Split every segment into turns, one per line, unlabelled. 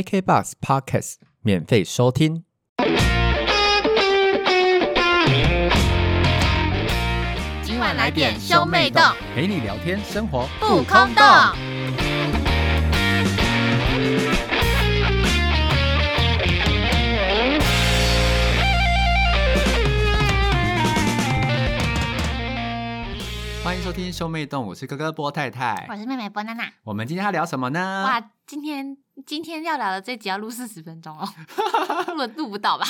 KKBox Podcast 免费收听。
今晚来点兄妹洞，
陪你聊天，生活
不空洞。
欢迎收听兄妹洞，我是哥哥波太
我
太。
是妹妹波娜娜。
我们今天要聊什么呢？
哇，今天今天要聊的这集要录四十分钟哦， 录了录不到吧？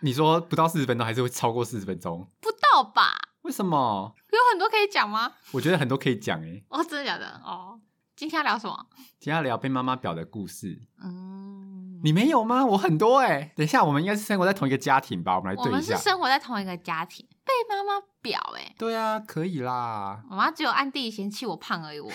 你说不到四十分钟，还是会超过四十分钟？
不到吧？
为什么？
有很多可以讲吗？
我觉得很多可以讲诶。
哦，真的假的？哦，今天要聊什么？
今天要聊被妈妈表的故事，
嗯，
你没有吗？我很多诶。等一下，我们应该是生活在同一个家庭吧？我们来
我
对一
们是
下。
生活在同一个家庭，被妈妈表哎、
对啊，可以啦。
我妈只有暗地里嫌弃我 胖而已我，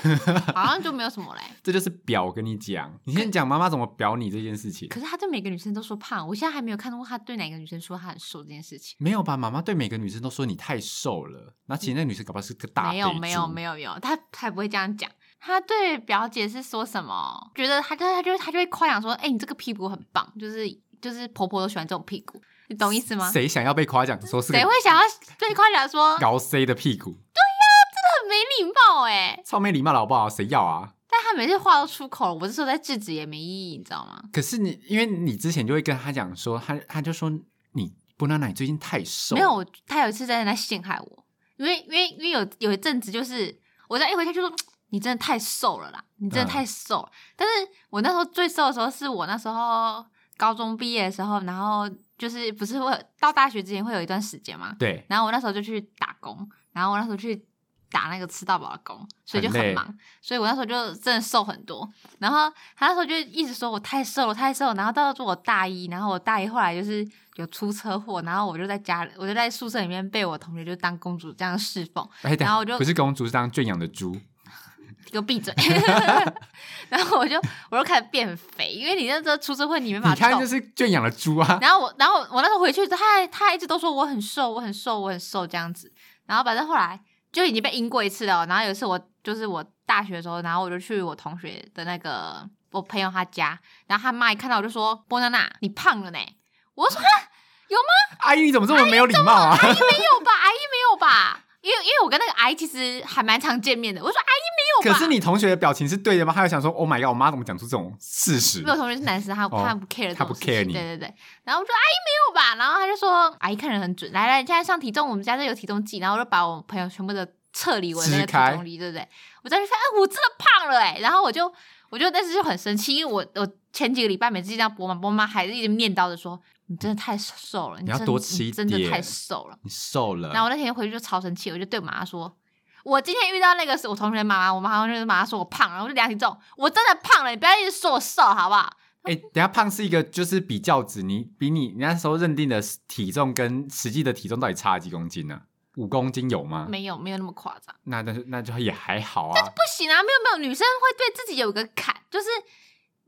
好像就没有什么嘞。
这就是表，我跟你讲，你先讲妈妈怎么表你这件事情。
可是她对每个女生都说胖，我现在还没有看过她对哪个女生说她很瘦这件事情。
没有吧？妈妈对每个女生都说你太瘦了，那其实那个女生搞不好是个大
没有没有
有，
没有没有，他才不会这样讲。他对表姐是说什么？觉得他他他就他就会夸奖说：“哎、你这个屁股很棒，就是就是婆婆都喜欢这种屁股，你懂意思吗？”
谁想要被夸奖说是
谁
个
会想要被夸奖说
高 C 的屁股？
很没礼貌、哎，
超没礼貌的好不好？谁要啊？
但他每次话都出口了，我是说在制止也没意义，你知道吗？
可是你因为你之前就会跟她讲说，她她就说你波娜娜你最近太瘦，
没有，我他有一次在那陷害我，因为因为因为有有一阵子就是我在一回家就说你真的太瘦了啦，你真
嗯
的太瘦了。但是我那时候最瘦的时候是我那时候高中毕业的时候，然后就是不是会到大学之前会有一段时间嘛，
对，
然后我那时候就去打工，然后我那时候去打那个吃到饱的工，所以就
很累
很忙，所以我那时候就真的瘦很多。然后他那时候就一直说我太瘦了，我太瘦了。然后到做我大一，然后我大一后来就是有出车祸，然后我就在家里，我就在宿舍里面被我同学就当公主这样侍奉，
哎，等一下
然后我就
不是公主是当圈养的猪，
给我闭嘴。 然后我就我就开始变肥，因为你那时候出车祸你没办
你
法
看
动
就。是圈养的猪啊，
然后我，然后 我那时候回去，他还他还一直都说我很瘦，我很瘦，我很瘦这样子。然后反正后来就已经被阴过一次了哦。然后有一次我就是我大学的时候，然后我就去我同学的那个我朋友他家，然后他妈一看到我就说：“波娜娜，你胖了呢。”我就说：“哈，
阿姨你怎么这么没有礼貌啊？
阿姨没有吧？阿姨没有吧？”因为因为我跟那个阿姨其实还蛮常见面的，我说阿姨没
可
有吧。
是你同学的表情是对的吗？她有想说，Oh my god，我妈怎么讲出这种事实
因为？我同学是男生，他
哦
他不 care，
他不
这种事
care
情
你
对对对。然后我说哎阿姨没有吧，然后他就说阿姨看人很准，来来，你现在上体重，我们家这有体重计，然后我就把我朋友全部的撤离我的那个
支开
体重计，对不对？我再去看，哎，我真的胖了哎、然后我就我就但是就很生气，因为我我前几个礼拜每次见到波妈，波妈还是一直念叨着说你真的太瘦了，
你要
真
多吃
你
一
真的
点嗯
太瘦了。
你瘦了，
然后我那天回去就超生气，我就对我妈说：“我今天遇到那个是我同学的妈妈，我妈好像就是妈妈说我胖，然后我就量体重，我真的胖了，你不要一直说我瘦好不好？”
哎、等一下胖是一个就是比较值，你比你你那时候认定的体重跟实际的体重到底差了几公斤呢、五公斤有吗？
没有，没有那么夸张。
那那就那就也还好啊。
不行啊，没有没有，女生会对自己有个坎，就是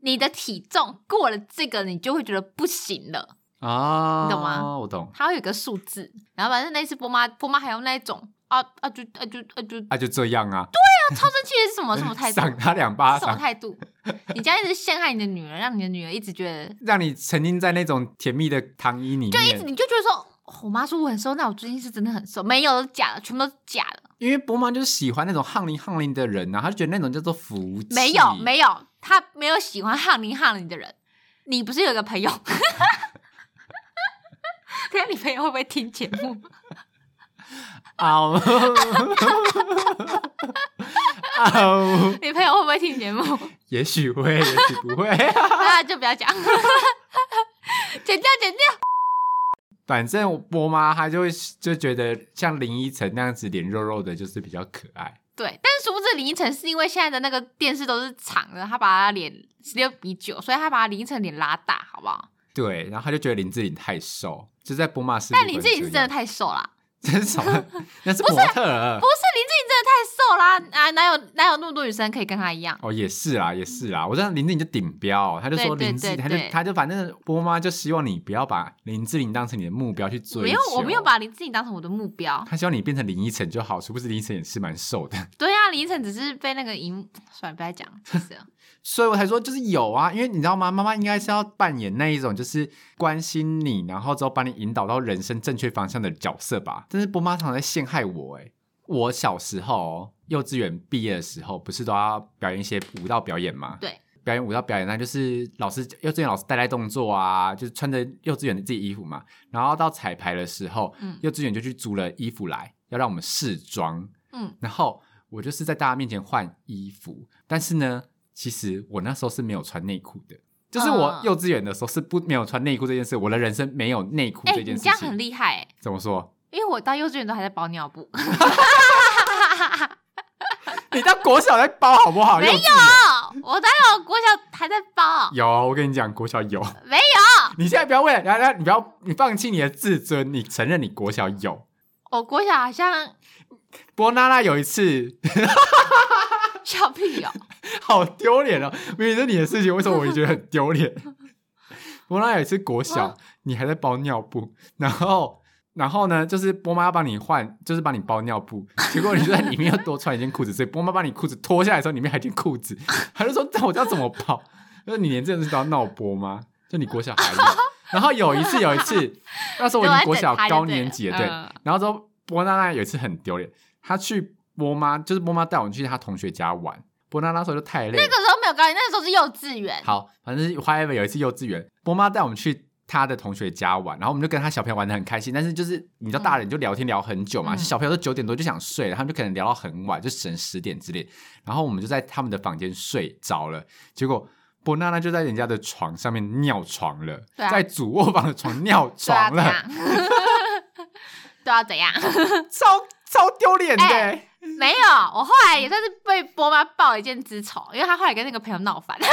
你的体重过了这个，你就会觉得不行了，
啊，
你懂吗？
我懂。
它会有个数字。然后反正那一次波妈，波妈还用那一种啊啊就啊就啊就
啊，就这样啊。
要超生气的是啊什么什么态度？
赏
是
他两巴
什么
掌，
态度？你这样一直陷害你的女儿，让你的女儿一直觉得，
让你沉浸在那种甜蜜的糖衣里面。
你就觉得说。哦我妈说我很瘦，那我最近是真的很瘦，没有都是假的，全部都是假的，
因为博妈就是喜欢那种悍灵悍灵的人啊，他就觉得那种叫做福气。
没有没有，她没有喜欢汉林汉林的人。你不是有个朋友？ 等一下你朋友会不会听节目？
啊。 啊，
你朋友会不会听节目？
也许会，也许不会。
那就不要讲， 剪掉剪掉。
反正我波妈她就会就觉得像林依晨那样子脸肉肉的，就是比较可爱。
对，但是殊不知林依晨是因为现在的那个电视都是长的，他把他脸十六比九，所以他把林依晨脸拉大，好不好？
对，然后她就觉得林志玲太瘦，就在波妈视。
但林志颖是真的，太瘦啦，
这 是什么？ 那是
不是
模特儿
不是林志颖真的太瘦啦啊！哪有哪有那么多女生可以跟他一样？
哦，也是啦，也是啦。我知道林志颖就顶标，她就说
对对
林志，
对
她就
对
她就反正波妈就希望你不要把林志玲当成你的目标去追求。
没有，我没有把林志颖当成我的目标。
她希望你变成林依晨就好，殊不知林依晨也是蛮瘦的。
对啊，林依晨只是被那个荧幕，算了，不要讲，是啊，
所以我才说就是有啊，因为你知道吗？妈妈应该是要扮演那一种就是关心你，然后之后把你引导到人生正确方向的角色吧。但是波妈常常在陷害我、欸，哎，我小时候哦幼稚园毕业的时候，不是都要表演一些舞蹈表演吗？
对，
表演舞蹈表演，那就是老师幼稚园老师带带动作啊，就是穿着幼稚园的自己衣服嘛。然后到彩排的时候，
嗯
幼稚园就去租了衣服来，要让我们试妆。
嗯，
然后我就是在大家面前换衣服，但是呢，其实我那时候是没有穿内裤的，就是我
嗯
幼稚园的时候是不没有穿内裤这件事，我的人生没有内裤
哎、
这
你
件事
这样
情。
很厉害、欸，
怎么说？
因为我到幼稚园都还在包尿布，
你到国小在包好 不好？
没
幼稚
哦，我当然我国小还在包，
园有，我跟你讲，国小有。
没有，
你现在不要为了，来来，你不要，你放弃你的自尊，你承认你国小有。
我国小好像
波娜娜有一次
笑 屁哦，好
好丢脸哦，明明是你的事情，为什么我也觉得很丢脸？波妈有一次国小
啊，
你还在包尿布，然后然后呢，就是波妈要帮你换，就是帮你包尿布，结果你就在里面又多穿一件裤子，所以波妈把你裤子脱下来的时候，里面还有一件裤子，她就说：“那我知道怎么包。”就是你连这种事都要闹波吗？就你国小还有。然后有一次，有一次，那时候我已经国小高年级了，对。
嗯
然后之后波娜娜有一次很丢脸，她去波妈，就是波妈带我们去她同学家玩，波娜娜那时候就太累了，
那个时候没有高一，那个时候是幼稚园，
好，反正是 whatever 有一次幼稚园，波妈带我们去她的同学家玩，然后我们就跟她小朋友玩的很开心，但是就是你知道大人就聊天聊很久嘛，
嗯
就小朋友都九点多就想睡了，他们就可能聊到很晚，就省十点之类，然后我们就在他们的房间睡着了，结果。波娜娜就在人家的床上面尿床了，
对啊
在主卧房的床尿
对
床
啊，怎
了，
样？ 对啊，怎样？
超超丢脸的、
哎没有，我后来也算是被波妈报一箭之仇，因为她后来跟那个朋友闹翻。 哦，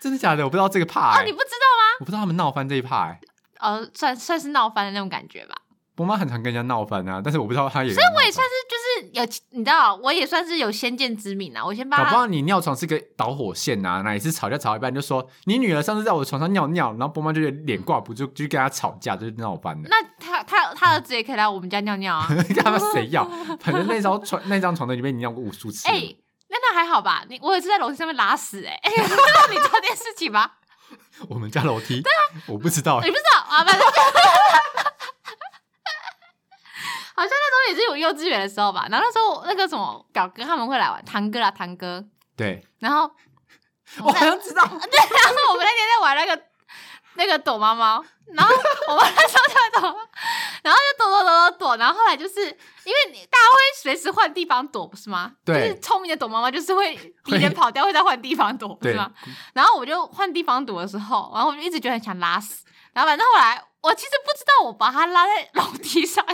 真的假的？我不知道这个怕、欸
你不知道
我不知道他们闹翻这一怕、欸。
吗？哦，算算是闹翻的那种感觉吧。
波妈很常跟人家闹翻啊，但是我不知道她也。所
我也算是就是有，你知道，我也算是有先见之明啊。我先帮
搞不
她，
好你尿床是个导火线呐、啊！哪一次吵架吵到一半就说你女儿上次在我床上尿尿，然后波妈就觉得脸挂不住，就就跟她吵架，就是闹翻了。
那她她她儿子也可以来我们家 尿尿啊。
他们谁 要？反正那张床那张床的里面你尿过无数次。
哎、那那还好吧？你我也是在楼梯上面拉屎哎、 你知道这件事情吗？
我们家楼梯，
啊
我不知道
你，不知道啊？反正 好像那时候也是有幼稚园的时候吧。然后那时候那个什么表哥他们会来玩，堂哥啦，啊堂哥。
对
然后
我好像知道。
然后我们那天在玩那个那个躲猫猫，然后我们那时候在躲猫，然后就躲躲躲躲躲，然后后来就是因为你大家会随时换地方躲，不是吗？
对
就是聪明的躲猫猫就是会敌
会
人跑掉会再换地方躲，不是
对
吗？然后我就换地方躲的时候，然后我就一直觉得很想拉屎，然后反正后来。我其实不知道我把它拉在楼梯上，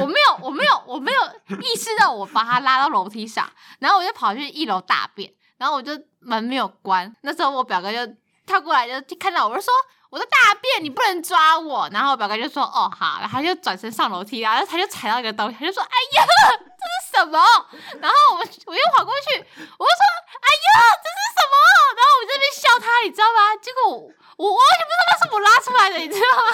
我没有，我没有，我没有意识到我把它拉到楼梯上，然后我就跑去一楼大便，然后我就门没有关，那时候我表哥就跳过来就就看到我，我就说我在大便，你不能抓我。然后我表哥就说哦好，然后他就转身上楼梯，然后他就踩到一个东西，他就说哎呀这是什么？然后我们我又跑过去，我就说哎呀这是什么？然后我这边笑他，你知道吗？结果我我完全不知道那是我拉出来的，你知道吗？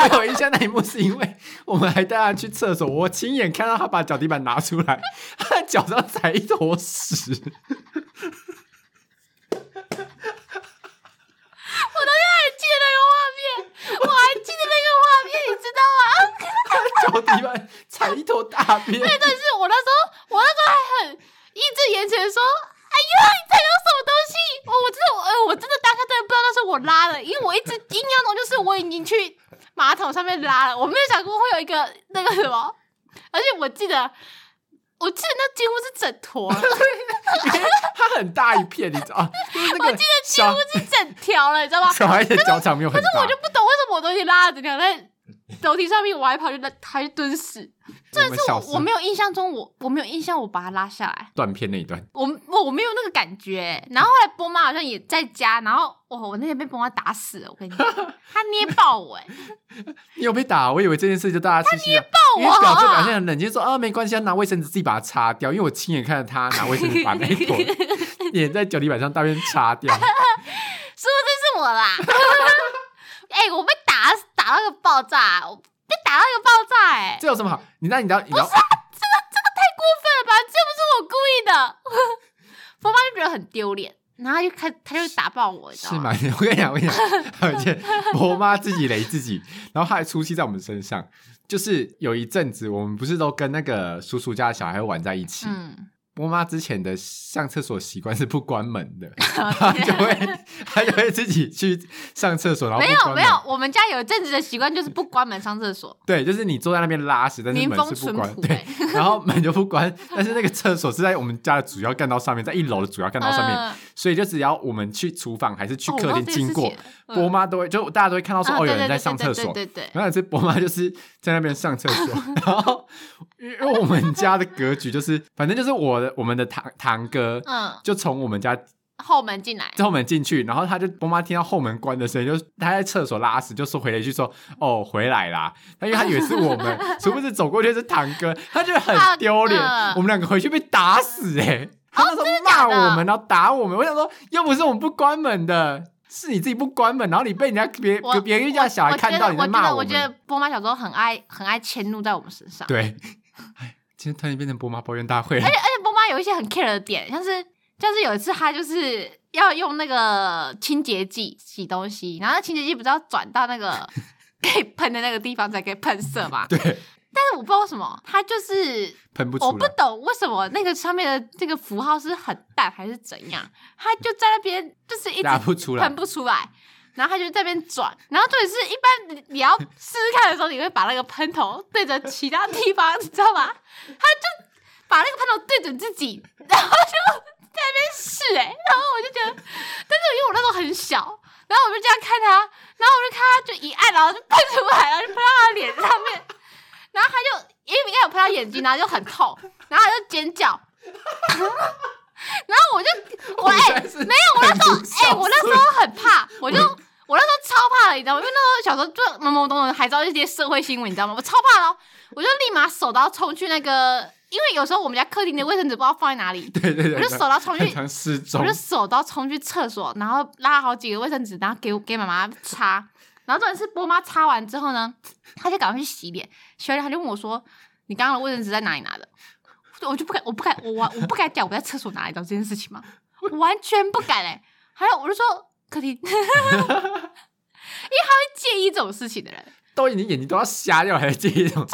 还有印象那一幕是因为 我们还带她去厕所，我亲眼看到她把脚底板拿出来，她的脚上踩一坨屎。
我到现在还记得那个画面，我还记得那个画面，你知道吗？
脚底板踩一坨大便，
但是我那时候，我那时候还很义正言辞的说：“哎呀，你踩到什么东西？”我我真的，我、我真的当下真的不知道那是我拉的，因为我一直印象中就是我已经去马桶上面拉了，我没有想过会有一个那个什么，而且我记得，我记得那几乎是整坨，我
它很大一片，你知道？啊就是那个
记得几
小
乎是整条了，你知道吗？
小孩的脚掌没有很大，
我就不懂为什么我东西拉了整条在楼梯上面，我还跑去拉，还去蹲屎。
我
但
们
是
小时
我我没有印象中我我没有印象我把它拉下来。
断片那一段，
我我我没有那个感觉欸、然后后来波妈好像也在家，然后我我那天被波妈打死了，我跟 你讲，她捏爆我、欸，
你有被打？我以为这件事就大家嘻嘻啊。因
我
为表
好
哥
不好
表现很冷静，说啊没关系，他拿卫生纸自己把它擦掉。因为我亲眼看到他拿卫生纸把那一 坨粘在脚底板上大便擦掉，
是不是这是我啦？哎、我被打打到个爆炸，我被打打到一个爆炸、哎，
这有什么好？你那你知道你知道
对吧？这不是我故意的。 波妈就觉得很丢脸，然后他就开，他就打爆我，你知道
是吗？ 我跟你讲，我 跟你讲，还有一件我妈自己雷自己，然后她还出气在我们身上。就是有一阵子，我们不是都跟那个叔叔家的小孩会玩在一起。
嗯，
我妈之前的上厕所习惯是不关门的，
哦
她就会她就会自己去上厕所，然后
啊没
不
有
关
没
门。
有，我们家有一阵子的习惯就是不关门上厕所，
对，就是你坐在那边拉屎，但是
民
门
风
是不
淳
关，
朴、
对
哎，，
然后门就不关，但是那个厕所是在我们家的主要干道上面，在一楼的主要干道上面，
嗯
所以就只要我们去厨房还是去
哦
客厅经过，，
我
波
知道
妈都会就大家都会看到
这
说、
个
哦有
事情嗯嗯啊对
人在上厕所，
对对对对对对
然后有一次伯妈就是在那边上厕 所，然后因为我们家的格局就是，反正就是我的我们的堂堂哥
嗯，
就从我们家
后门进来，
后门进去，然后他就伯妈听到后门关的声音，就是他在厕所拉屎，就说回了一句说哦回来啦，他因为他以为是我们，殊不知走过去是堂哥，他觉得很丢脸
好的，
我们两个回去被打死哎、欸，他那时候骂
哦的假的
我们，然后打我们，我想说又不是我们不关门的。是你自己不关门，然后你被人家别
我
别人家小孩
我觉
看
得
到你在
我觉
骂
得我
们
觉，得波妈小时候很爱很爱迁怒在我们哎身上，
对，哎，今天突然变成波妈抱怨大会了。
而且波妈有一些很 care 的点，像是像是有一次她就是要用那个清洁剂洗东西，然后那清洁剂不是要转到那 个可以喷的那个地方才可以喷射嘛？
对，
但是我不知道为什么，它就是
喷不
我
出
不
来。
懂为什么那个上面的这个符号是很淡还是怎样，它就在那边就是一直
打不出来
喷不出来。然后它就在那边转，然后对是一般你你要试试看的时候，你会把那个喷头对着其他地方，你知道吗？它就把那个喷头对准自己，然后就在那边试哎、然后我就觉得，但是因为我那时候很小，然后我就这样看他，然后我就看他就一按，然后就喷出来，然后就喷到他脸上面，然后他就因为应该有喷到眼睛，然后就很痛，然后他就尖叫， 然后我就我哎、
真是
没有，我那时候
很不孝
哎、我那时候很怕，我就。我那时候超怕的，你知道吗？因为那时候小时候就懵懵懂懂的，还知道一些社会新闻，你知道吗？我超怕的哦、我就立马手刀冲去那个，因为有时候我们家客厅的卫生纸不知道放在哪里，
对对对，
我就手刀冲
很
去，
常失踪
我就。手刀冲去厕所，然后拉好几个卫生纸，然后给我给妈妈擦。然后重点是波妈擦完之后呢，她就赶快去洗脸，洗完脸她就问我说：“你刚刚的卫生纸在哪里拿的？”我我就不敢，我不敢，我 我我不敢讲我在厕所哪里找这件事情吗？我完全不敢嘞、欸还有我就说客 厅，因为她会介意这种事情的人。
都已经眼睛都要瞎掉，还介 意这种？
我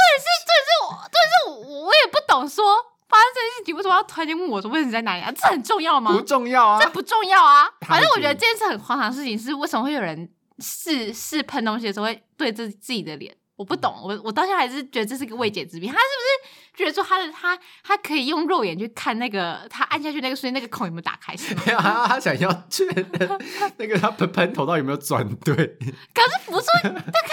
但是我我也不懂说发生这件事情为什么要突然间问我说卫生纸在哪里啊？这很重要吗？
不重要啊
这。不重要啊。
他
反正我
觉
觉
得
得这件事很荒唐的事情是，为什么会有人试试喷东西的时候会对自自己的脸？我不懂，我我到现在还是觉得这是个未解之谜。他是不是觉得说他的他他可以用肉眼去看那个他按下去那个瞬间那个孔有没有打开是吗？
没有，他啊他想要确认 那个他喷喷头到底有没有转对，
可是不是会在看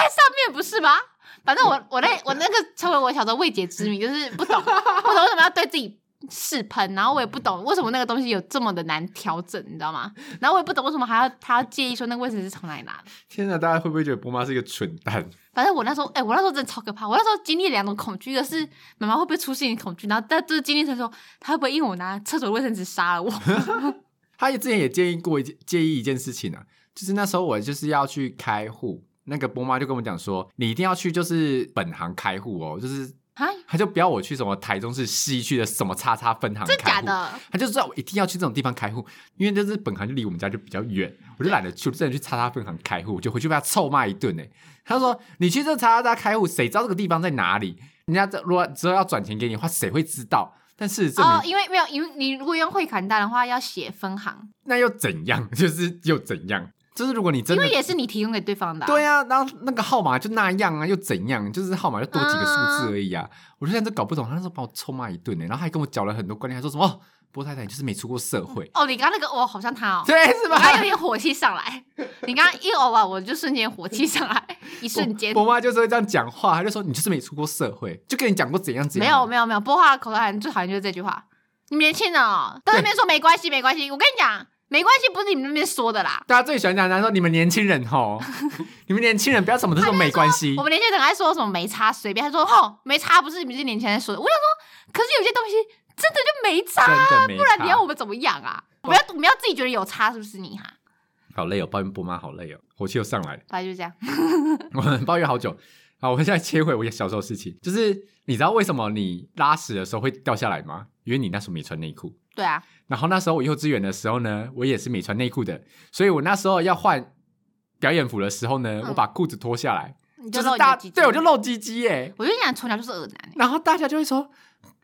上面不是吗？反正我我那我那个成为我小时候未解之谜，就是不懂不懂为什么要对自己试喷，然后我也不懂为什么那个东西有这么的难调整，你知道吗？然后我也不懂为什么还要他要介意说那个卫生纸是从哪里拿的。
天哪！大家会不会觉得波妈是一个蠢蛋？
反正我那时候，哎、我那时候真的超可怕。我那时候经历两种恐惧，一个是妈妈会不会出现恐惧，然后但就是经历成说，她会不会因为我拿厕所的卫生纸杀 了我？
他之前也建议过一件建议一件事情啊，就是那时候我就是要去开户，那个波妈就跟我讲说，你一定要去就是本行开户哦，就是
啊，
他就不要我去什么台中市西区的什么叉叉分行
真的
开
假
户，
的？
他就知道我一定要去这种地方开户，因为就是本行就离我们家就比较远，我就懒得去，我就真的去叉叉分行开户，我就回去被他臭骂一顿呢。欸他说：“你去这叉叉叉开户，谁知道这个地方在哪里？人家这如果之后要转钱给你的话，谁会知道？但事实证明，
哦，因为没有，因为你如果用汇款单的话，要写分行，
那又怎样？ 就是又怎样？就是如果你真
因
的
为也是你提供给对方的、
对，啊，然后那个号码就那样啊，又怎样？就是号码就多几个数字而已啊。我就现在都搞不懂，他那时候把我臭骂一顿呢，欸然后还跟我讲了很多观念，还说什么哦，波太太你就是没出过社会，
哦，你刚刚那个哦，好像他哦，
对，是
我
吧？
刚刚有点火气上 来，你刚刚一哦啊，我就瞬间火气上来，一瞬间
我。我妈就是会这样讲话，她就说你就是没出过社会，就跟你讲过怎样怎
没
样
有
啊。
没有没有，波话口头禅最讨厌就是这句话。你们年轻人哦，到那边说没关系没关系，我跟你讲，没关系不是你们那边说的啦。
大家最喜欢讲，她说你们年轻人 吼，你们年轻人不要什么都说没关系
我。们年轻人很爱说什么没差随便，他说吼没差不是你们这些年轻人说的。我想说，可是有些东西真的就没差
真
啊，
的没
不然你要
差
我们怎么样啊？我们要我们要自己觉得有差是不是你哈、啊
好累哦，抱怨波妈好累哦，火气又上来了，
反正就这样。
我们抱怨好久。好，我现在切回我小时候的事情，就是你知道为什么你拉屎的时候会掉下来吗？因为你那时候没穿内裤。
对啊，
然后那时候我幼稚园的时候呢，我也是没穿内裤的，所以我那时候要换表演服的时候呢，
嗯
我把裤子脱下来，
你
就
就是露你
大
的鸡鸡
对我就，露鸡鸡耶，
我就想从小就是恶男、欸，
然后大家就会说：“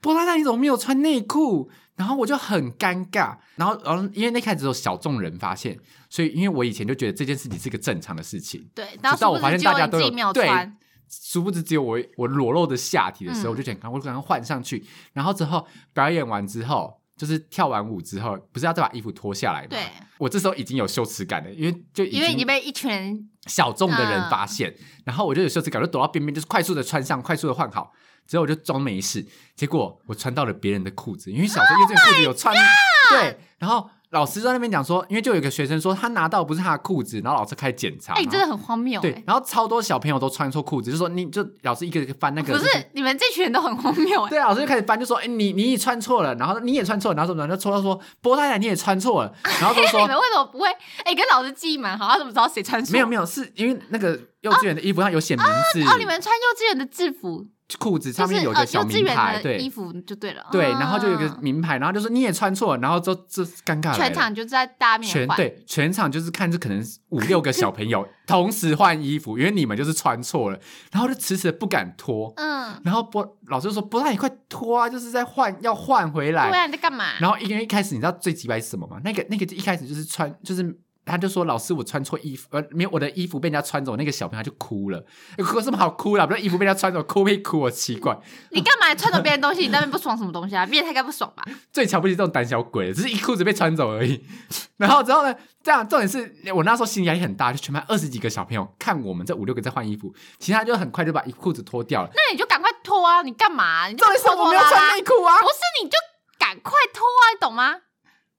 波拉娜，你怎么没有穿内裤？”然后我就很尴尬。然后，然后因为那开始有小众人发现，所以因为我以前就觉得这件事情是个正常的事情，
对，然
直到
后殊
我
不
发现
知只
大家
有你
都
自
有
己没有
对
穿，
殊不知只有我我裸露的下体的时候，
嗯
我就想赶快赶快换上去。然后之后表演完之后，就是跳完舞之后，不是要再把衣服脱下来吗？
对，
我这时候已经有羞耻感了，因为就已
因为
经
你被一群人
小众的人发现，
嗯
然后我就有羞耻感，我就躲到边边，就是快速的穿上，快速的换好，之后我就装没事。结果我穿到了别人的裤子，因为小时候幼稚园裤子有穿
啊
对，然后老师在那边讲说，因为就有一个学生说他拿到不是他的裤子，然后老师开始检查，
哎、你真的很荒谬、
对
欸，，
然后超多小朋友都穿错裤子，就说你就老师一个一个翻那个，
不
就是
是你们这群人都很荒谬、欸，
对啊，老师就开始翻，就说：“哎、你你也穿错了，然后你也穿错了，然后怎么怎么，就戳到说波太太你也穿错了，然后就
那
说
你们为什么不会？哎、跟老师记忆蛮好，他怎么知道谁穿什么？
没有没有，是因为那个幼稚园的衣服上有写名字，
哦，你们穿幼稚园的制服，
裤子上
就是
面有一
呃
个
幼
小
稚
名牌，
园的
对
衣服就对了。
对，
嗯
然后就有一个名牌，然后就说你也穿错了，然后就这尴尬来了哎
全场就在大家面前
全
换，
对全场就是看这可能五六个小朋友 同时换衣服，因为你们就是穿错了，然后就迟迟不敢脱，
嗯，
然后波老师就说波太你快脱啊，就是在换要换回来
对，啊，你在干嘛？
然后因为一开始你知道最鸡掰是什么吗？那个那个一开始就是穿，就是他就说老师我穿错衣服，呃，没有我的衣服被人家穿走，那个小朋友他就哭了，哎哭有什么好哭啦？不是衣服被人家穿走，哭没哭？我奇怪，
你干嘛穿着别人东西？你在那边不爽什么东西啊？别人才该不爽吧？
最瞧不起这种胆小鬼了，只是一裤子被穿走而已。 然后之后呢，这样重点是我那时候心理压力很大，就全班二十几个小朋友看我们这五六个在换衣服，其他就很快就把衣裤子脱掉了。
那你就赶快脱啊！你干嘛？你就
重点是我没有
拖拖拉拉
穿内裤啊！
不是你就赶快脱啊，你懂吗？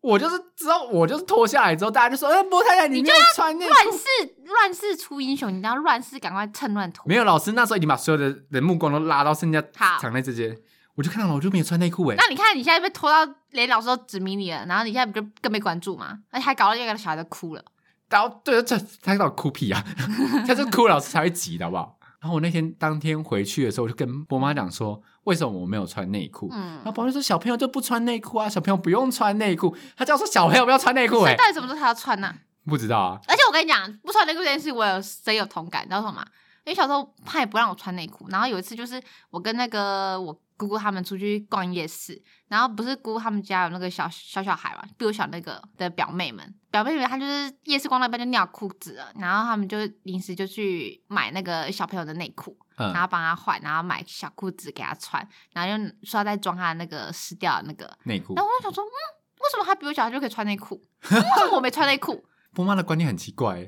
我就是之后我就是脱下来之后，大家就说：“哎、波太太，你没有穿内裤。”
乱世乱世出英雄，你要乱世赶快趁乱脱。
没有，老师那时候已经把所有的人目光都拉到剩下
好
场内这些，我就看到了，我就没有穿内裤哎
那，你看你现在被拖到连老师都指名你了，然后你现在不就更被关注吗？而且还搞到那个小孩都哭了。
然后对，这他到底哭屁啊， 他就哭，老师才会急的好不好？然后我那天当天回去的时候，我就跟波妈讲说，为什么我没有穿内裤？
嗯
然后，宝妈说：“小朋友就不穿内裤啊，小朋友不用穿内裤。”他叫我说：“小朋友不要穿内裤、
所
欸。”
以
哎，
到底什么时候才要穿呢、
不知道啊，
而且我跟你讲，不穿内裤这件事，我有深有同感，你知道为什么吗？因为小时候他也不让我穿内裤，然后有一次就是我跟那个我姑姑他们出去逛夜市，然后不是姑姑他们家有那个小小小孩嘛，比我小那个的表妹们，表妹们她就是夜市逛到一半就尿裤子了，然后他们就临时就去买那个小朋友的内裤，然
嗯，
后帮他换，然后买小裤子给他穿，然后用塑料袋装他的那个湿掉的那个，
内裤
然。后我就想说，嗯，为什么他比我小就可以穿内裤？为什么我没穿内裤？
波妈的观念很奇怪、欸，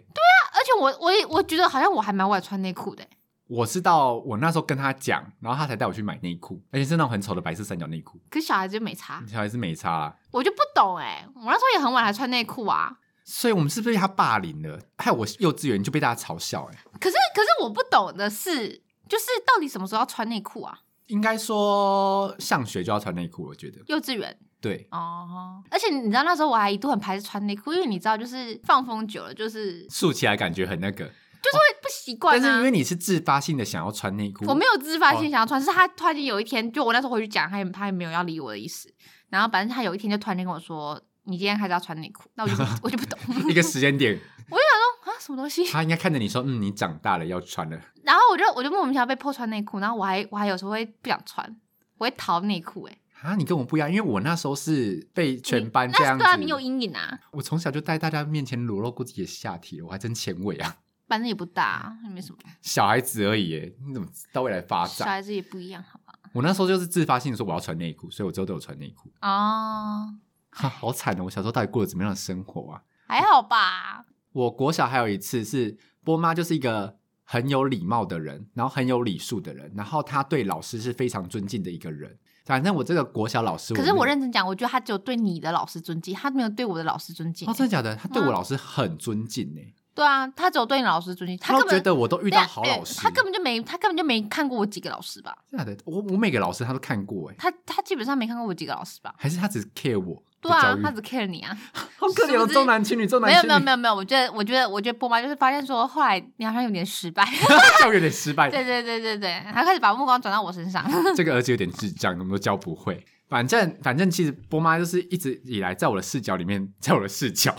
而且我我也我觉得好像我还蛮晚穿内裤的欸、
我是到我那时候跟他讲，然后他才带我去买内裤，而且是那种很丑的白色三角内裤，
可是小孩子就没差，
小孩是没差啊啦、
我就不懂哎、我那时候也很晚才穿内裤啊。
所以我们是不是被他霸凌了？害我幼稚园就被大家嘲笑、欸，
可是可是我不懂的是，就是到底什么时候要穿内裤啊？
应该说上学就要穿内裤，我觉得
幼稚园
对。
哦，而且你知道那时候我还一度很排斥穿内裤，因为你知道就是放风久了就是
竖起来感觉很那个，
就是会不习惯
但是因
啊。
为你是自发性的想要穿内裤，
我没有自发性
哦
想要穿，是他突然间有一天，就我那时候回去讲，他也他也没有要理我的意思。然后反正他有一天就突然间跟我说：“你今天开始要穿内裤。”那我就不我就不懂，
一个时间点，
我就想说啊，什么东西？
他应该看着你说，嗯，你长大了要穿了。
然后我就我就莫名其妙被迫穿内裤，然后我还我还有时候会不想穿，我会逃内裤哎、欸
啊，你跟我不一样，因为我那时候是被全班
你
这样子
那对。啊，你有阴影啊，
我从小就在大家面前裸露过自己的下体了，我还真前卫啊！
反正也不大、啊，也没什么，
小孩子而已耶，你怎么到未来发
小
展？
孩子也不一样，好吧？
我那时候就是自发性地说我要穿内裤，所以我之后都有穿内裤。
哦，
哈，好惨哦！我小时候到底过了怎么样的生活啊？
还好吧，
我国小还有一次是波妈，就是一个很有礼貌的人，然后很有礼数的人，然后她对老师是非常尊敬的一个人。反正我这个国小老师没
可
有，
是我认真讲，我觉得他只有对你的老师尊敬，他没有对我的老师尊敬、
哦，真的假的？他对我
嗯
老师很尊敬呢、
对啊，他只有对你老师尊敬，
他
根
都觉
本
得我都遇
对啊
到好老
对
师，
他根本就没他根本就没看过我几个老师吧，
真的假的？我我每个老师他都看过哎、
他他基本上没看过我几个老师吧，
还是他只 care 我？
对啊，他只 care 你啊。
好可怜
是
哦，
不是
重男轻女，重男
没有
轻女，
没有没有没有，我觉得我觉得我觉得波妈就是发现说，后来你好像有点失败。
教育有点失败，
对对对对对，他开始把目光转到我 身上。
这个儿子有点智障，我们都教不会。反正反正，其实波妈就是一直以来在我的视角里面，在我的视角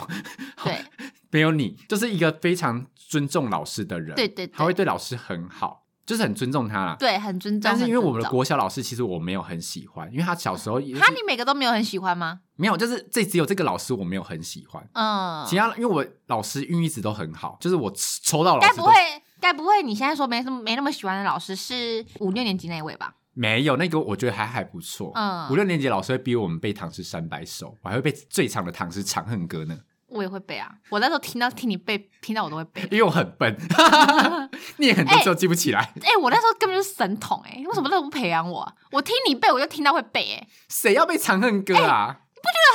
对
没有你，就是一个非常尊重老师的人，
对对对
他会对老师很好，就是很尊重他啦。
对，很尊重。
但是因为
很尊
我们的
重
国小老师，其实我没有很喜欢，因为他小时候也
哈，你每个都没有很喜欢吗？
没有，就是这只有这个老师我没有很喜欢，
嗯，
其他因为我老师运一直都很好，就是我抽到老
该
师
不
都
会该不会你现在说没什么没那么喜欢的老师是五六年级那一位吧？
没有那个，我觉得还还不错。
嗯
五六年级老师会逼我们背唐诗三百首，我还会背最长的唐诗《长恨歌》呢，
我也会背啊，我那时候听到听你背，听到我都会背。
因为我很笨， 念很多字都记不起来。
哎、我那时候根本就是神童哎、为什么那不培养我啊、我听你背，我就听到会背哎、
谁要背《长恨歌》啊？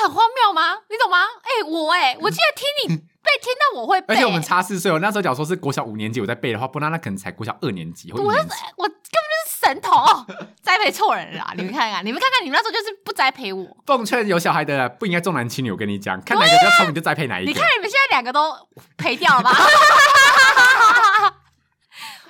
这很荒谬吗？你懂吗？哎、我哎、我竟然听你背，听到我会
嗯
背、
而且我们
哎
差四岁，我那时候假如说是国小五年级，我在背的话，不然那可能才国小二年级或一
我
年级。
我根本就是神童哦，栽培错人了啊、你们看看，你们看看，你们那时候就是不栽培我。
奉劝有小孩的啊不应该重男轻女，我跟你讲，看哪个比较聪明就栽培哪一
啊你
个
看。你们现在两个都赔掉了吧？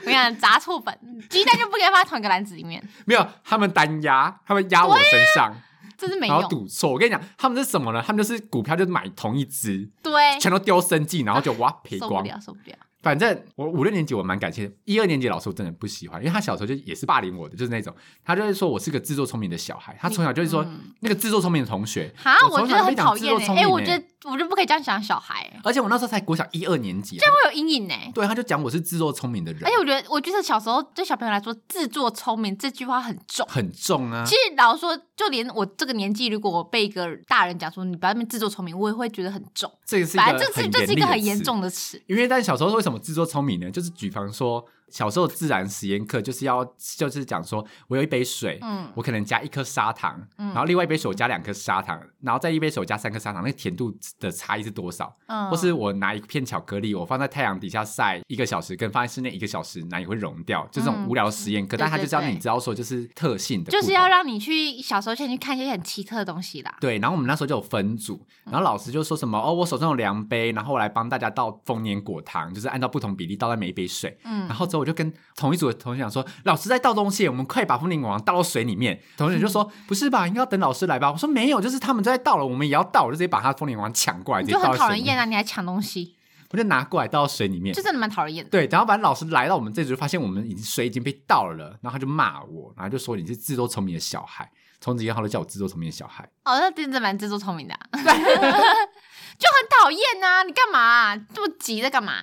我跟你讲，砸错本，鸡蛋就不该放在同一个篮子里面，
没有，他们单压，他们压我身上，
这啊是没
然后
用。
赌错。我跟你讲，他们是什么呢？他们就是股票就买同一只，
对，
全都丢生计，然后就哇赔
哎啊受不
光。
了，受不了。
反正我五六年级我蛮感谢，一二年级老师我真的不喜欢，因为他小时候就也是霸凌我的，就是那种他就会说我是个自作聪明的小孩，他从小就是说、
嗯
那个自作聪明的同学，
哈，我
从小
觉得
被
很
讲
讨
自作
厌哎、
聪
哎、
明
我
欸
觉得我就不可以这样想小孩、欸，
而且我那时候才国小一二年级啊，
会有阴影哎、
对，他就讲我是自作聪明的人，
而且我觉得，我觉得小时候对小朋友来说，自作聪明这句话很重。
很重啊
其，实老实说，就连我这个年纪，如果我被一个大人讲说你不要那么自作聪明，我也会觉得很重。
这个是一
反正
个
这是
很
这是一个很
严厉的
严
词
重的词。
因为但小时候为什么自作聪明呢？就是举方说，小时候自然实验课就是要就是讲说我有一杯水，
嗯
我可能加一颗砂糖，
嗯
然后另外一杯水我加两颗砂糖，然后再一杯水我加三颗砂糖，那个甜度的差异是多少？
嗯，
或是我拿一片巧克力，我放在太阳底下晒一个小时，跟放在室内一个小时，哪里会溶掉？就这种
嗯
无聊的实验课，
对
但他
对
就是要让
对
你知道说就是特性的不同，
就是要让你去小时候先去看一些很奇特的东西啦。
对，然后我们那时候就有分组，然后老师就说什么哦，我手上有量杯，然后我来帮大家倒丰年果糖，就是按照不同比例倒在每一杯水。
嗯
然后之后我就跟同一组的同学讲说，老师在倒东西，我们快把丰年果糖倒到水里面。同学就说、不是吧，应该要等老师来吧？我说没有，就是他们就在倒了，我们也要倒，我就直接把他丰年果糖抢过来，直
你
接
就
倒
很
到
讨
水里
人厌
面，
啊！你还抢东西，
我就拿过来倒到水里面
就。真的蛮讨人厌的。
对，然后反正老师来到我们这组，就发现我们已经水已经被倒了，然后他就骂我，然后就说你是自作聪明的小孩，从此以后他都叫我自作聪明的小孩。
哦，那真的蛮自作聪明的、 啊，就很讨厌呐！你干嘛啊、这么急在干嘛、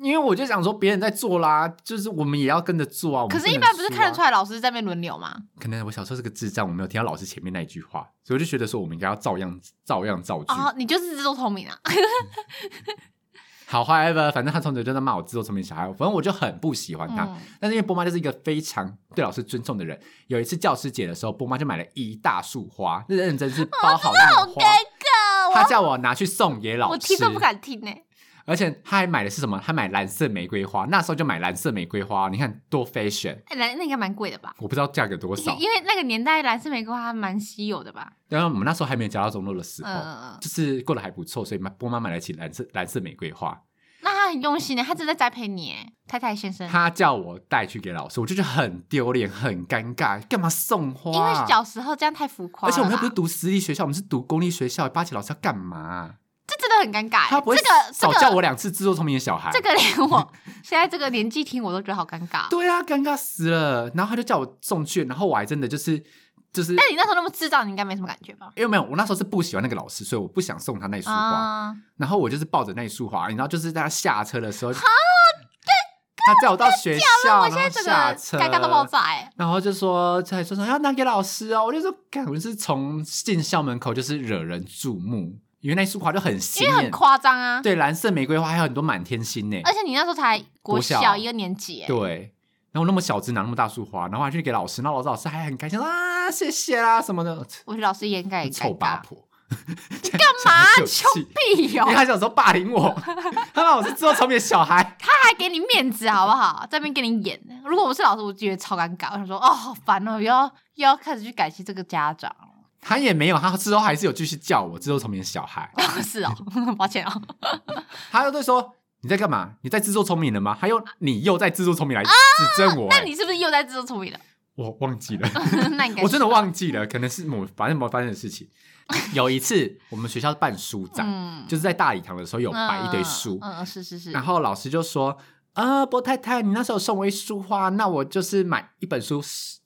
因为我就想说别人在做啦，就是我们也要跟着做啊。
可是，
我们
一
能
般不是看得
输
出
啊？
来老师在那边轮流吗？
可能我小时候是个智障，我没有听到老师前面那一句话，所以我就觉得说我们应该要照样照样造句。
哦，你就是自作聪明啊！
好，however，反正他从小就在骂我自作聪明小孩，反正我就很不喜欢他。
嗯
但是因为波妈就是一个非常对老师尊重的人，有一次教师节的时候，波妈就买了一大束花，认认真是包好那
哦好
种
尴
花，她
尬，
叫我拿去送给
我
老
我
师
听。都不敢听呢、
而且她还买的是什么？她买蓝色玫瑰花，那时候就买蓝色玫瑰花，你看多 fashion。
哎，那那应该蛮贵的吧？
我不知道价格多少，
因为那个年代蓝色玫瑰花还蛮稀有的吧？
然后我们那时候还没有交到中路的时候，
嗯嗯嗯，
就是哦过得还不错，所以妈波妈买得起蓝色蓝色玫瑰花，
那他很用心的，他正在栽培你耶，太太先生。
她叫我带去给老师，我就觉得很丢脸、很尴尬，干嘛送花、
因为小时候这样太浮夸
而
了啦，
且我们又不是读私立学校，我们是读公立学校，巴结老师要干嘛、
这真的很尴尬耶。
他不会
哎这个这
少叫
个
我两次自作聪明的小孩。
这个连我现在这个年纪听我都觉得好尴尬。
对啊，尴尬死了。然后他就叫我送去，然后我还真的就是就是，
但你那时候那么智障，你应该没什么感觉吧？
因为没有我那时候是不喜欢那个老师，所以我不想送他那束花。
啊，
然后我就是抱着那一束花，你知道，就是在他下车的时候，他载我到学校，
我
然
现在
后
这
下
个
车，
尴尬到爆炸哎！
然后就说，就还说什么要拿给老师哦，我就说，感觉是从进校门口就是惹人注目，因为那束花就很
因
鲜
为很
艳，
夸张啊。
对，蓝色玫瑰花还有很多满天星呢，
而且你那时候才国
国
小
小
一二年级耶，
对。然后我那么小只拿那么大束花，然后我还去给老师，然后老师老师还很开心啊，谢谢啦什么的，
我觉得老师也应该也尴
臭八
尬。
婆，
干 嘛
真的有
啊臭
气
屁哦哟、
因为他小时候霸凌我， 他把我是自作聪明的小孩。
他还给你面子好不好？在那边给你演。 如果我是老师，我就觉得超尴尬。我想说，哦，好烦哦，又要又要开始去感谢这个家长了。
他也没有，他之后还是有继续叫我，之后成名小孩，
是哦， 抱歉哦，
他又对说你在干嘛？你在自作聪明了吗？他又你又在自作聪明来指正我、欸，
啊那你是不是又在自作聪明了？
我忘记了，
那应该
我真的忘记了，可能是某反正某发生的事情。有一次我们学校办书展，
嗯
就是在大礼堂的时候有摆一堆书，
嗯嗯嗯是是是，
然后老师就说：“啊，波太太，你那时候送我一束花，那我就是买一本书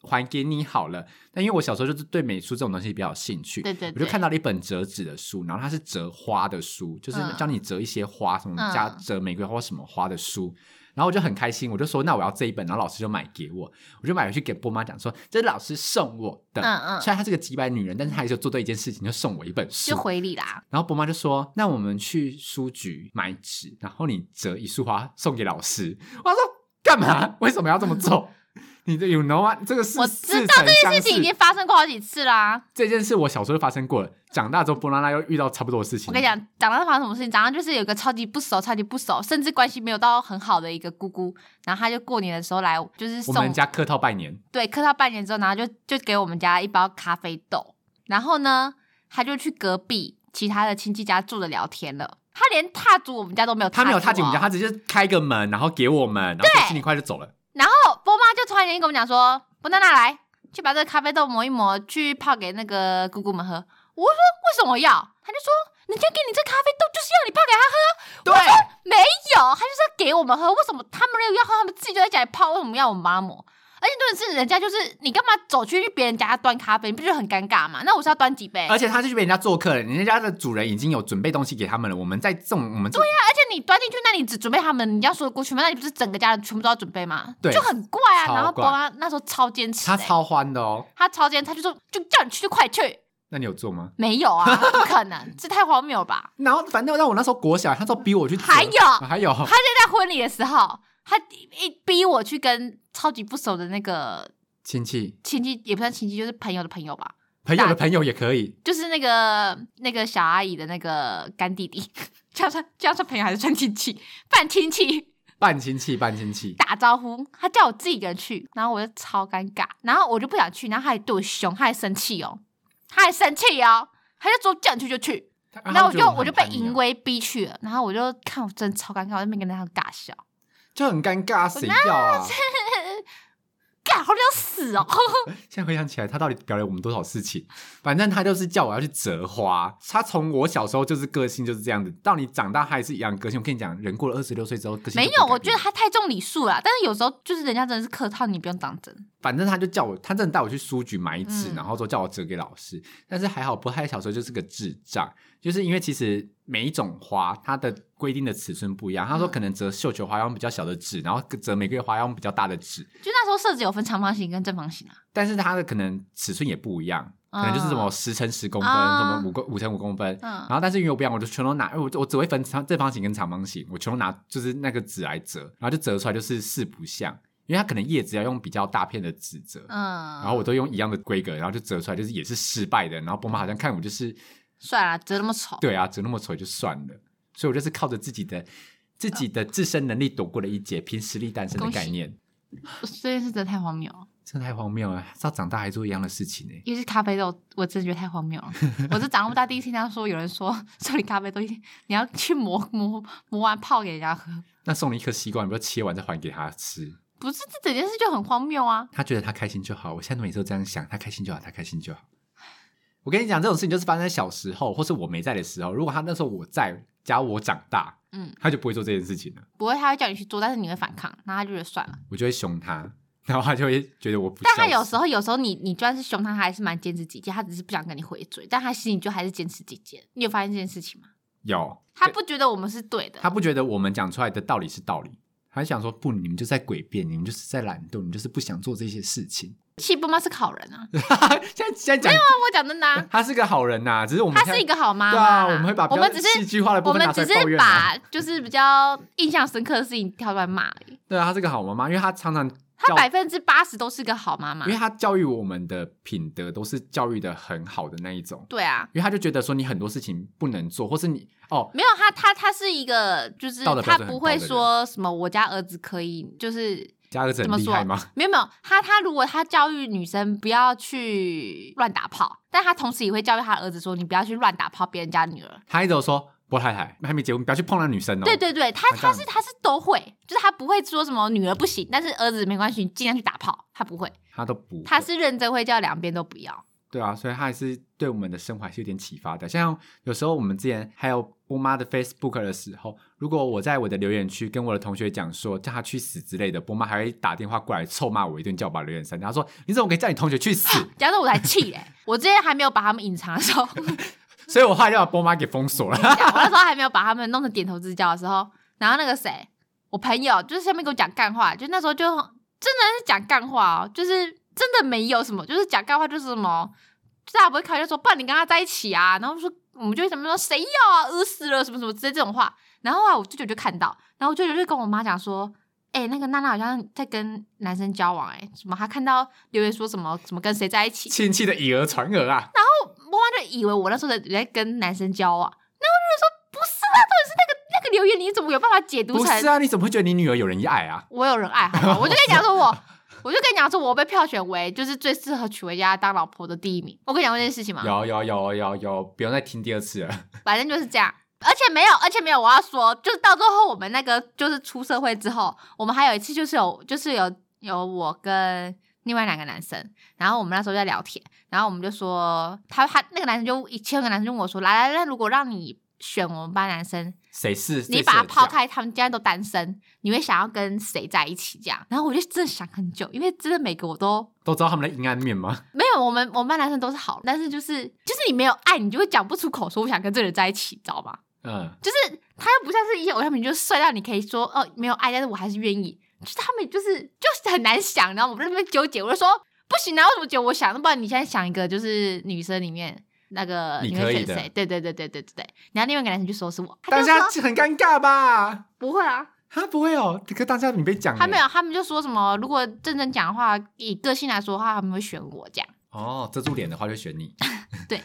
还给你好了。”但因为我小时候就是对美术这种东西比较有兴趣，
对对
我就
对
看到了一本折纸的书，然后它是折花的书，就是
嗯
教你折一些花，什么
嗯
加折玫瑰花或什么花的书。然后我就很开心，我就说那我要这一本，然后老师就买给我，我就买回去给波妈讲说这是老师送我的。
嗯嗯
虽然她是个几百女人，但是她还是有做对一件事情，就送我一本书。
就回礼啦，
然后伯妈就说：“那我们去书局买纸，然后你折一束花送给老师。”我说：“干嘛？为什么要这么做？ 你这 you know 啊？这个事
我知道
这
这件事情已经发生过好几次啦。
这件事我小时候就发生过了，长大之后波拉拉又遇到差不多的事情。
我跟你，讲，长大发生什么事情？长大就是有个超级不熟、超级不熟，甚至关系没有到很好的一个姑姑，然后她就过年的时候来，就是
我
送
们家客套拜年，
对，客套半年之后，然后就就给我们家一包咖啡豆，然后呢，他就去隔壁其他的亲戚家住着聊天了。他连踏足我们家都没有踏、
他
足
没有踏进我们家，
哦
他直接开个门，然后给我们，然后说新年快乐就走了。
然后波妈就突然间跟我们讲说：“波娜娜来，去把这个咖啡豆磨一磨，去泡给那个姑姑们喝。”我说：“为什么要？”他就说：“人家给你这咖啡豆就是要你泡给
对
他喝。”我说：“没有，他就是要给我们喝。为什么他们没有要喝？他们自己就在家里泡，为什么要我们帮他磨？”而且重点是，人家就是你干嘛走去别人家端咖啡，你不就很尴尬吗？那我是要端几杯，
而且他是去别人家做客了，人家的主人已经有准备东西给他们了。我们在这种我们这
而且你端进去，那你只准备他们，你要说得过去吗？那你不是整个家人全部都要准备吗？
对
就很怪啊。
超
然后
怪
波妈那时候超坚持、
他
欸，
超欢的哦。
他超坚持，他就说就叫你去就快去。
那你有做吗？
没有啊，不可能，这太荒谬了吧！
然后反正让我那时候国小，他说逼我去折，
还有
还有，
他就在婚礼的时候，他一逼我去跟超级不熟的那个
亲戚、
亲戚，也不算亲戚，就是朋友的朋友吧，
朋友
大
的朋友也可以，
就是那个那个小阿姨的那个干弟弟，这样算这样算朋友还是算亲戚？半亲戚
半亲戚、半亲戚。
打招呼，他叫我自己一个人去，然后我就超尴尬，然后我就不想去，然后他还对我凶，他还生气哦，他还生气哦，他就说叫你去就去，然后我
他们
就
觉得
我
很
就被
叛逆啊
淫，威逼去了，然后我就看我真的超尴尬，我在那边跟他尬笑，
就很尴尬，谁要啊？
尬好想死哦！
现在回想起来，他到底表演我们多少事情？反正他就是叫我要去折花。他从我小时候就是个性就是这样子，到你长大还是一样个性。我跟你讲，人过了二十六岁之后，个性就
没
不
有，
改
我觉
变
得他太重礼数了，但是有时候就是人家真的是客套，你不用当真。
反正他就叫我，他真的带我去书局买纸，
嗯
然后说叫我折给老师。但是还好，不太小时候就是个智障，就是因为其实每一种花它的规定的尺寸不一样。他说
嗯
可能折绣球花要用比较小的纸，然后折玫瑰花要用比较大的纸，
就那时候设置有分长方形跟正方形啊，
但是它的可能尺寸也不一样，
嗯
可能就是什么十乘十公分，
啊
什么五公五乘五公分。然
嗯，
后，但是因为我不一样，我就全都拿，我我只会分长正方形跟长方形，我全都拿就是那个纸来折，然后就折出来就是四不像，因为它可能叶子要用比较大片的纸折，
嗯，
然后我都用一样的规格，然后就折出来，就是也是失败的。然后伯妈好像看我就是，
算了，折那么丑，
对啊，折那么丑也就算了，所以我就是靠着自己的自己的自身能力躲过了一劫，凭实力单身的
恭喜
概念，
这件事真的太荒谬了。
真的太荒谬了。到长大还做一样的事情呢、欸
尤其是咖啡豆，我真的觉得太荒 谬了。我这长那么大第一次听到说有人说送你咖啡豆，你要去磨磨磨完泡给人家喝，
那送你一颗西瓜，你不要切完再还给他吃？
不是这整件事就很荒谬啊！
他觉得他开心就好。我现在每次都这样想，他开心就好，他开心就好。我跟你讲，这种事情就是发生在小时候，或是我没在的时候。如果他那时候我在，加我长大，
嗯，
他就不会做这件事情了。
不会，他会叫你去做，但是你会反抗，然后他就觉得算了。
我就会凶他， 然后他就会觉得我不孝
但
顺。
他有时候，有时候你你就算是凶他，他还是蛮坚持己见，他只是不想跟你回嘴，但他心里就还是坚持己见。你有发现这件事情吗？
有
他不觉得我们是对的，
他不觉得我们讲出来的道理是道理，他想说不，你们就是在诡辩，你们就是在懒惰，你们就是不想做这些事情。
其实波妈是个好人啊，
现在现在讲，
那我讲真的、啊，
他是个好人呐、只是我们
他是一
现在
个好妈
对
妈
啊，
啦、
我们会把比
我
较
们只是
戏剧化的部
我
分
们
拿出
只
来抱
是
怨、啊。
把就是比较印象深刻的事情挑出来骂而已。
对啊，他是个好妈妈，因为他常常
她
教
百分之八十都是个好妈妈
因为。他教育我们的品德都是教育的很好的那一种，
对啊，
因为他就觉得说你很多事情不能做，或是你哦，
没有她她她是一个，就是
道德标
她
准很
不
高的
会
人
说什么我家儿子可以，就是
加个子
怎
很
么
厉
说
害吗？？
没有没有，他他如果他教育女生不要去乱打炮，但他同时也会教育他儿子说，你不要去乱打炮别人家女儿。
他一直有说波太太还没结婚，不要去碰那女生哦。
对对对，他
那这
他
样
是他是都会，就是他不会说什么女儿不行，但是儿子没关系，你尽量去打炮，他不会，
他都不会，
他是认真会叫两边都不要。
对啊，所以他还是对我们的生活还是有点启发的。像有时候我们之前还有波妈的 Facebook 的时候，如果我在我的留言区跟我的同学讲说叫他去死之类的，波妈还会打电话过来臭骂我一顿，叫我把留言删掉。他说你怎么可以叫你同学去 死？
假如我才气嘞，我之前还没有把他们隐藏的时候，
所以我后来就把波妈给封锁了。
讲 我那时候还没有把他们弄成点头之交的时候，然后那个谁，我朋友就是下面给我讲干话，就那时候就真的是讲干话哦，就是真的没有什么，就是讲干话就是什么，就大家不会考虑说，不然你跟他在一起啊，然后说我们就会怎么说谁要啊，饿死了什么什么之类这种话，然后啊我舅舅就看到，然后我舅舅就跟我妈讲说。哎、那个娜娜好像在跟男生交往、哎，什么？她看到留言说什么什么跟谁在一起，
亲戚的以讹传讹啊！
妈妈就以为我那时候在在跟男生交往，然后我就说不是啊，到底是那个那个留言，你怎么有办法解读
不
成
是啊，你怎么会觉得你女儿有人爱啊？
我有人爱好吗？我就跟你讲 说我。我就跟你讲说，我被票选为就是最适合娶回家当老婆的第一名。我跟你讲过这件事情吗？
有有有有有，不用再听第二次了。
反正就是这样。而且没有，而且没有，我要说，就是到最后我们那个就是出社会之后，我们还有一次就是有就是有有我跟另外两个男生，然后我们那时候在聊天，然后我们就说他他那个男生就其中一个男生就问我说，来来来，如果让你选我们班男生，
谁是？
你
谁啊
把他
是
抛
这样，
开，他们现在都单身，你会想要跟谁在一起？这样，然后我就真的想很久，因为真的每个我都
都知道他们的阴暗面吗？
没有，我们我们班男生都是好，但是就是就是你没有爱，你就会讲不出口说我想跟这个人在一起，知道吗？
嗯，
就是他又不像是一些偶像明星，就是帅到你可以说哦没有爱，但是我还是愿意。就是他们就是就是很难想，然后我们在那边纠结，我就说不行啊，为什么觉得我想？那不然你现在想一个，就是女生里面那个
你
会
可以
选
的
谁？对对对对对对对。然后另外一个男生就说是我，他
大
就
家
说
很尴尬吧？
不会啊，
他不会哦，可大家你被讲了
他没有，他们就说什么如果认真讲的话，以个性来说的话，他们会选我这样。
哦，遮住脸的话就选你。
对，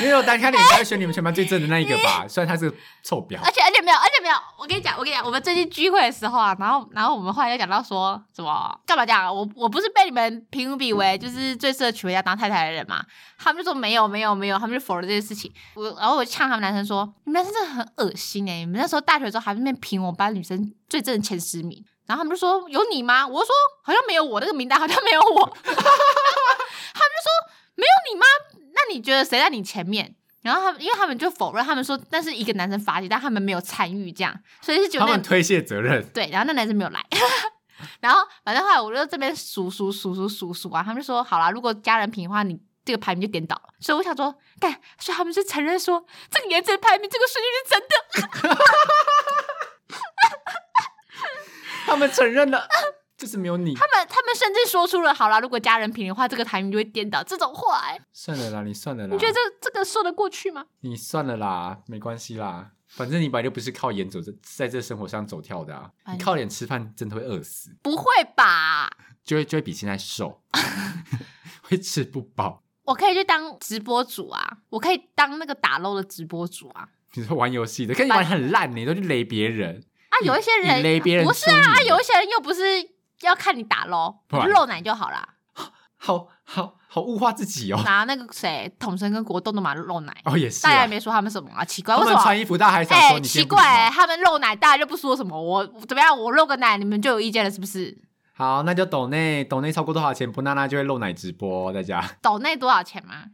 因为我单看脸，他会选你们全班最正的那一个 吧？虽然他是个臭婊
而，且而且没有，而且没有，我跟你讲，我跟你讲，我们最近聚会的时候啊，然后然后我们后来又讲到说什么干嘛这样啊？我我不是被你们评比为就是最适合娶回家当太太的人嘛？他们就说没有没有没有，他们就否认这件事情。我然后我呛他们男生说，你们男生真的很恶心哎、你们那时候大学的时候还在那边评我们班女生最正的前十名，然后他们就说有你吗？我就说好像没有我那个名单好像没有我，他们就说没有你吗？那你觉得谁在你前面？然后他们，因为他们就否认，他们说那是一个男生发起，但他们没有参与，这样，所以是觉
他
得那
们推卸责任。
对，然后那男生没有来。然后反正后来我就这边数数数数数数啊，他们就说好啦，如果家人评的话，你这个排名就颠倒了。所以我想说，干，所以他们是承认说这个颜值排名这个顺序是真的。
他们承认了， 就是没有你。
他们他们甚至说出了好啦，如果家人评的话，这个排名就会颠倒这种话、哎
算了啦，你算了啦，
你觉得这这个说得过去吗？
你算了啦，没关系啦，反正你本来就不是靠颜走这在这生活上走跳的啊，
反正
你靠脸吃饭真的会饿死，
不会吧？
就会就会比现在 瘦， 会吃不饱。
我可以去当直播主啊，我可以当那个打漏的直播主啊。
你说玩游戏的，可你玩得很烂，你都去雷别人，
啊，
以
有一些
以勒别人
不是
出
啊，
名
啊有一些人又不是要看你打喽，
不然
漏奶就好啦。
好好好物化自己哦。
拿那个谁，统神跟国栋都买漏奶，
哦，也是
大家
啊
也，没说他们什么啊，奇怪，
他
为什
们
么？
穿衣服，大家还想
哎、
说你今
奇
天不礼
怪、
貌
他们漏奶，大家就不说什么。我我怎么样？我漏个奶，你们就有意见了，是不是？
好，那就抖内，抖内超过多少钱，波娜娜就会露奶直播哦、大家。
岛内多少钱吗？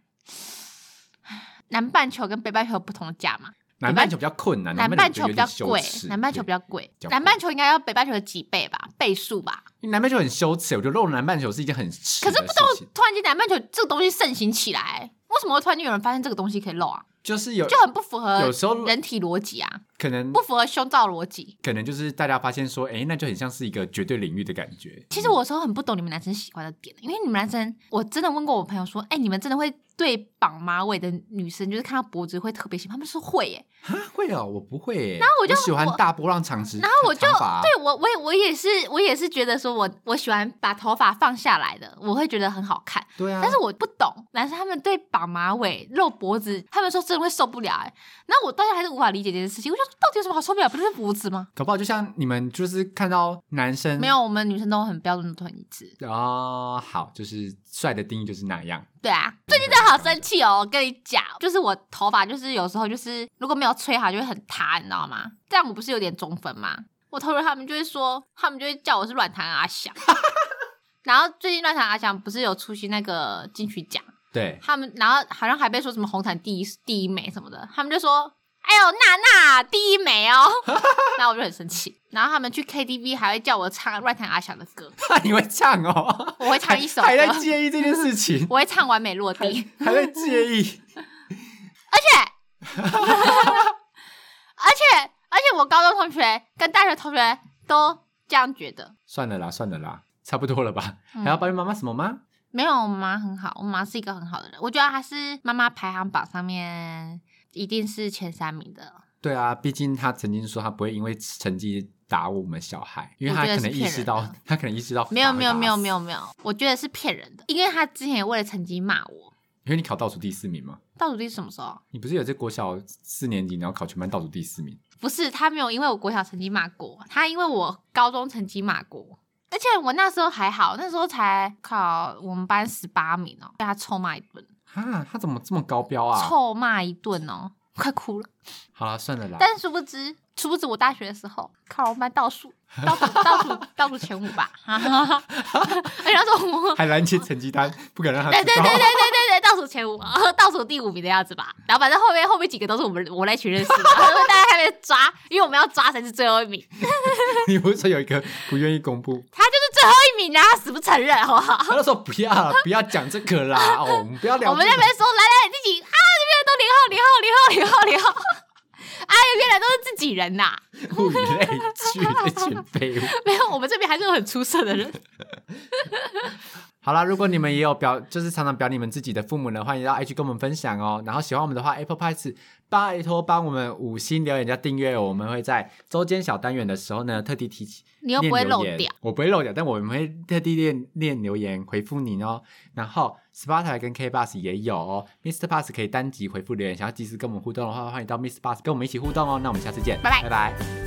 南半球跟北半球有不同的价嘛？
南半球比较困难，
南
半
半球
比
比较贵，南半球比
较，
较贵
比较，贵
南半球应该要北半球的几倍吧，倍数吧。
因为南半球很羞耻，我觉得露南半球是一件很耻
可
的
是不
事
知道
情，
突然间南半球这个东西盛行起来，为什么会突然间有人发现这个东西可以漏啊？
就是有
就很不符合
有时候
人体逻辑啊，
可能
不符合胸罩逻辑。
可能就是大家发现说，哎、那就很像是一个绝对领域的感觉。
其实我有时候很不懂你们男生喜欢的点，因为你们男生，我真的问过我朋友说，哎、你们真的会对绑马尾的女生，就是看到脖子会特别喜欢？他们说会耶、
啊会哦，我不会耶。
然后我就
喜欢
我
大波浪长直，
然后我就
长发啊
对我，我也我也是，我也是觉得说我我喜欢把头发放下来的，我会觉得很好看。
对啊，
但是我不懂，男生他们对绑马尾、露脖子，他们说这真的会受不了、欸。那我到现在还是无法理解这件事情，我觉得到底有什么好受不了？不就是脖子吗？
搞不好就像你们就是看到男生
没有，我们女生都很标准，都很一致。
哦，好，就是帅的定义就是那样。
对啊，最近真的好生气哦！我跟你讲，就是我头发就是有时候就是如果没有吹好就会很塌，你知道吗？这样我不是有点中分吗？我同学他们就会说，他们就会叫我是乱弹阿翔。 然后最近乱弹阿翔不是有出席那个金曲奖，
对，
他们然后好像还被说什么红毯第一第一美什么的，他们就说。哎呦，娜娜第一美哦， 然后我就很生气。然后他们去 KTV 还会叫我唱乱弹阿翔的歌，
你会唱 哦，
我会唱一首歌
还，在介意这件事 情，
我会唱《完美落地》。
还在介意，
而且而且我高中同学跟大学同学都这样觉得，
算了啦，算了啦，差不多了吧？
嗯
还要抱怨妈妈什么吗？
没有我妈很好，我妈是一个很好的人，我觉得她是妈妈排行榜上面一定是前三名的。
对啊，毕竟他曾经说他不会因为成绩打我们小孩，因为他
我觉得
可
是
能意识到
骗人，
他可能意识到
没有没有没有没
有，
有没有，我觉得是骗人的，因为她之前也为了成绩骂我。
因为你考倒数第四名嘛，
倒数第什么时候？
你不是有在国小四年级，然后考全班倒数第四名？
不是她没有因为我国小成绩骂过我，她因为我高中成绩骂过我。而且我那时候还好，那时候才考我们班十八名哦，被她臭骂一顿，
啊，他怎么这么高标啊？
臭骂一顿哦，快哭了。
好了，算了啦。
但殊不知，殊不知我大学的时候考我们班倒数，倒数 倒数倒数前五吧。 哎而且那时候我，
还拦截成绩单，不敢让他
对对
知
对
道
对对。对对，倒数前五， 倒数第五名的样子吧。然后反正后面后面几个都是我们我那群认识的， 然后大家还没抓，因为我们要抓谁是最后一名，
你不是说有一个不愿意公 布？
他就是最后一名，然啊后他死不承认，好不好？
他就说不要啦不要讲这个啦，哦，我们不要聊
我
这个
们那。边说来来自己啊，这边都零号零号零号零号零号， 哎呀，原来都是自己人呐、
物以类聚，这群废物。
没有，我们这边还是有很出色的人。
好啦，如果你们也有表，就是常常表你们自己的父母呢，欢迎到 IG 跟我们分享哦。然后喜欢我们的话，Apple Podcast 拜托帮我们五星留言加订阅，我们会在周间小单元的时候呢，特地提起。
你又不会
念
漏
留言
掉，
我不会漏掉，但我们会特地念念留言回复你哦。然后 Spotify 跟 K Bus 也有哦，Mr. Bus 可以单集回复留言。想要及时跟我们互动的话，欢迎到 Mr. Bus 跟我们一起互动哦。那我们下次见，
拜拜
拜拜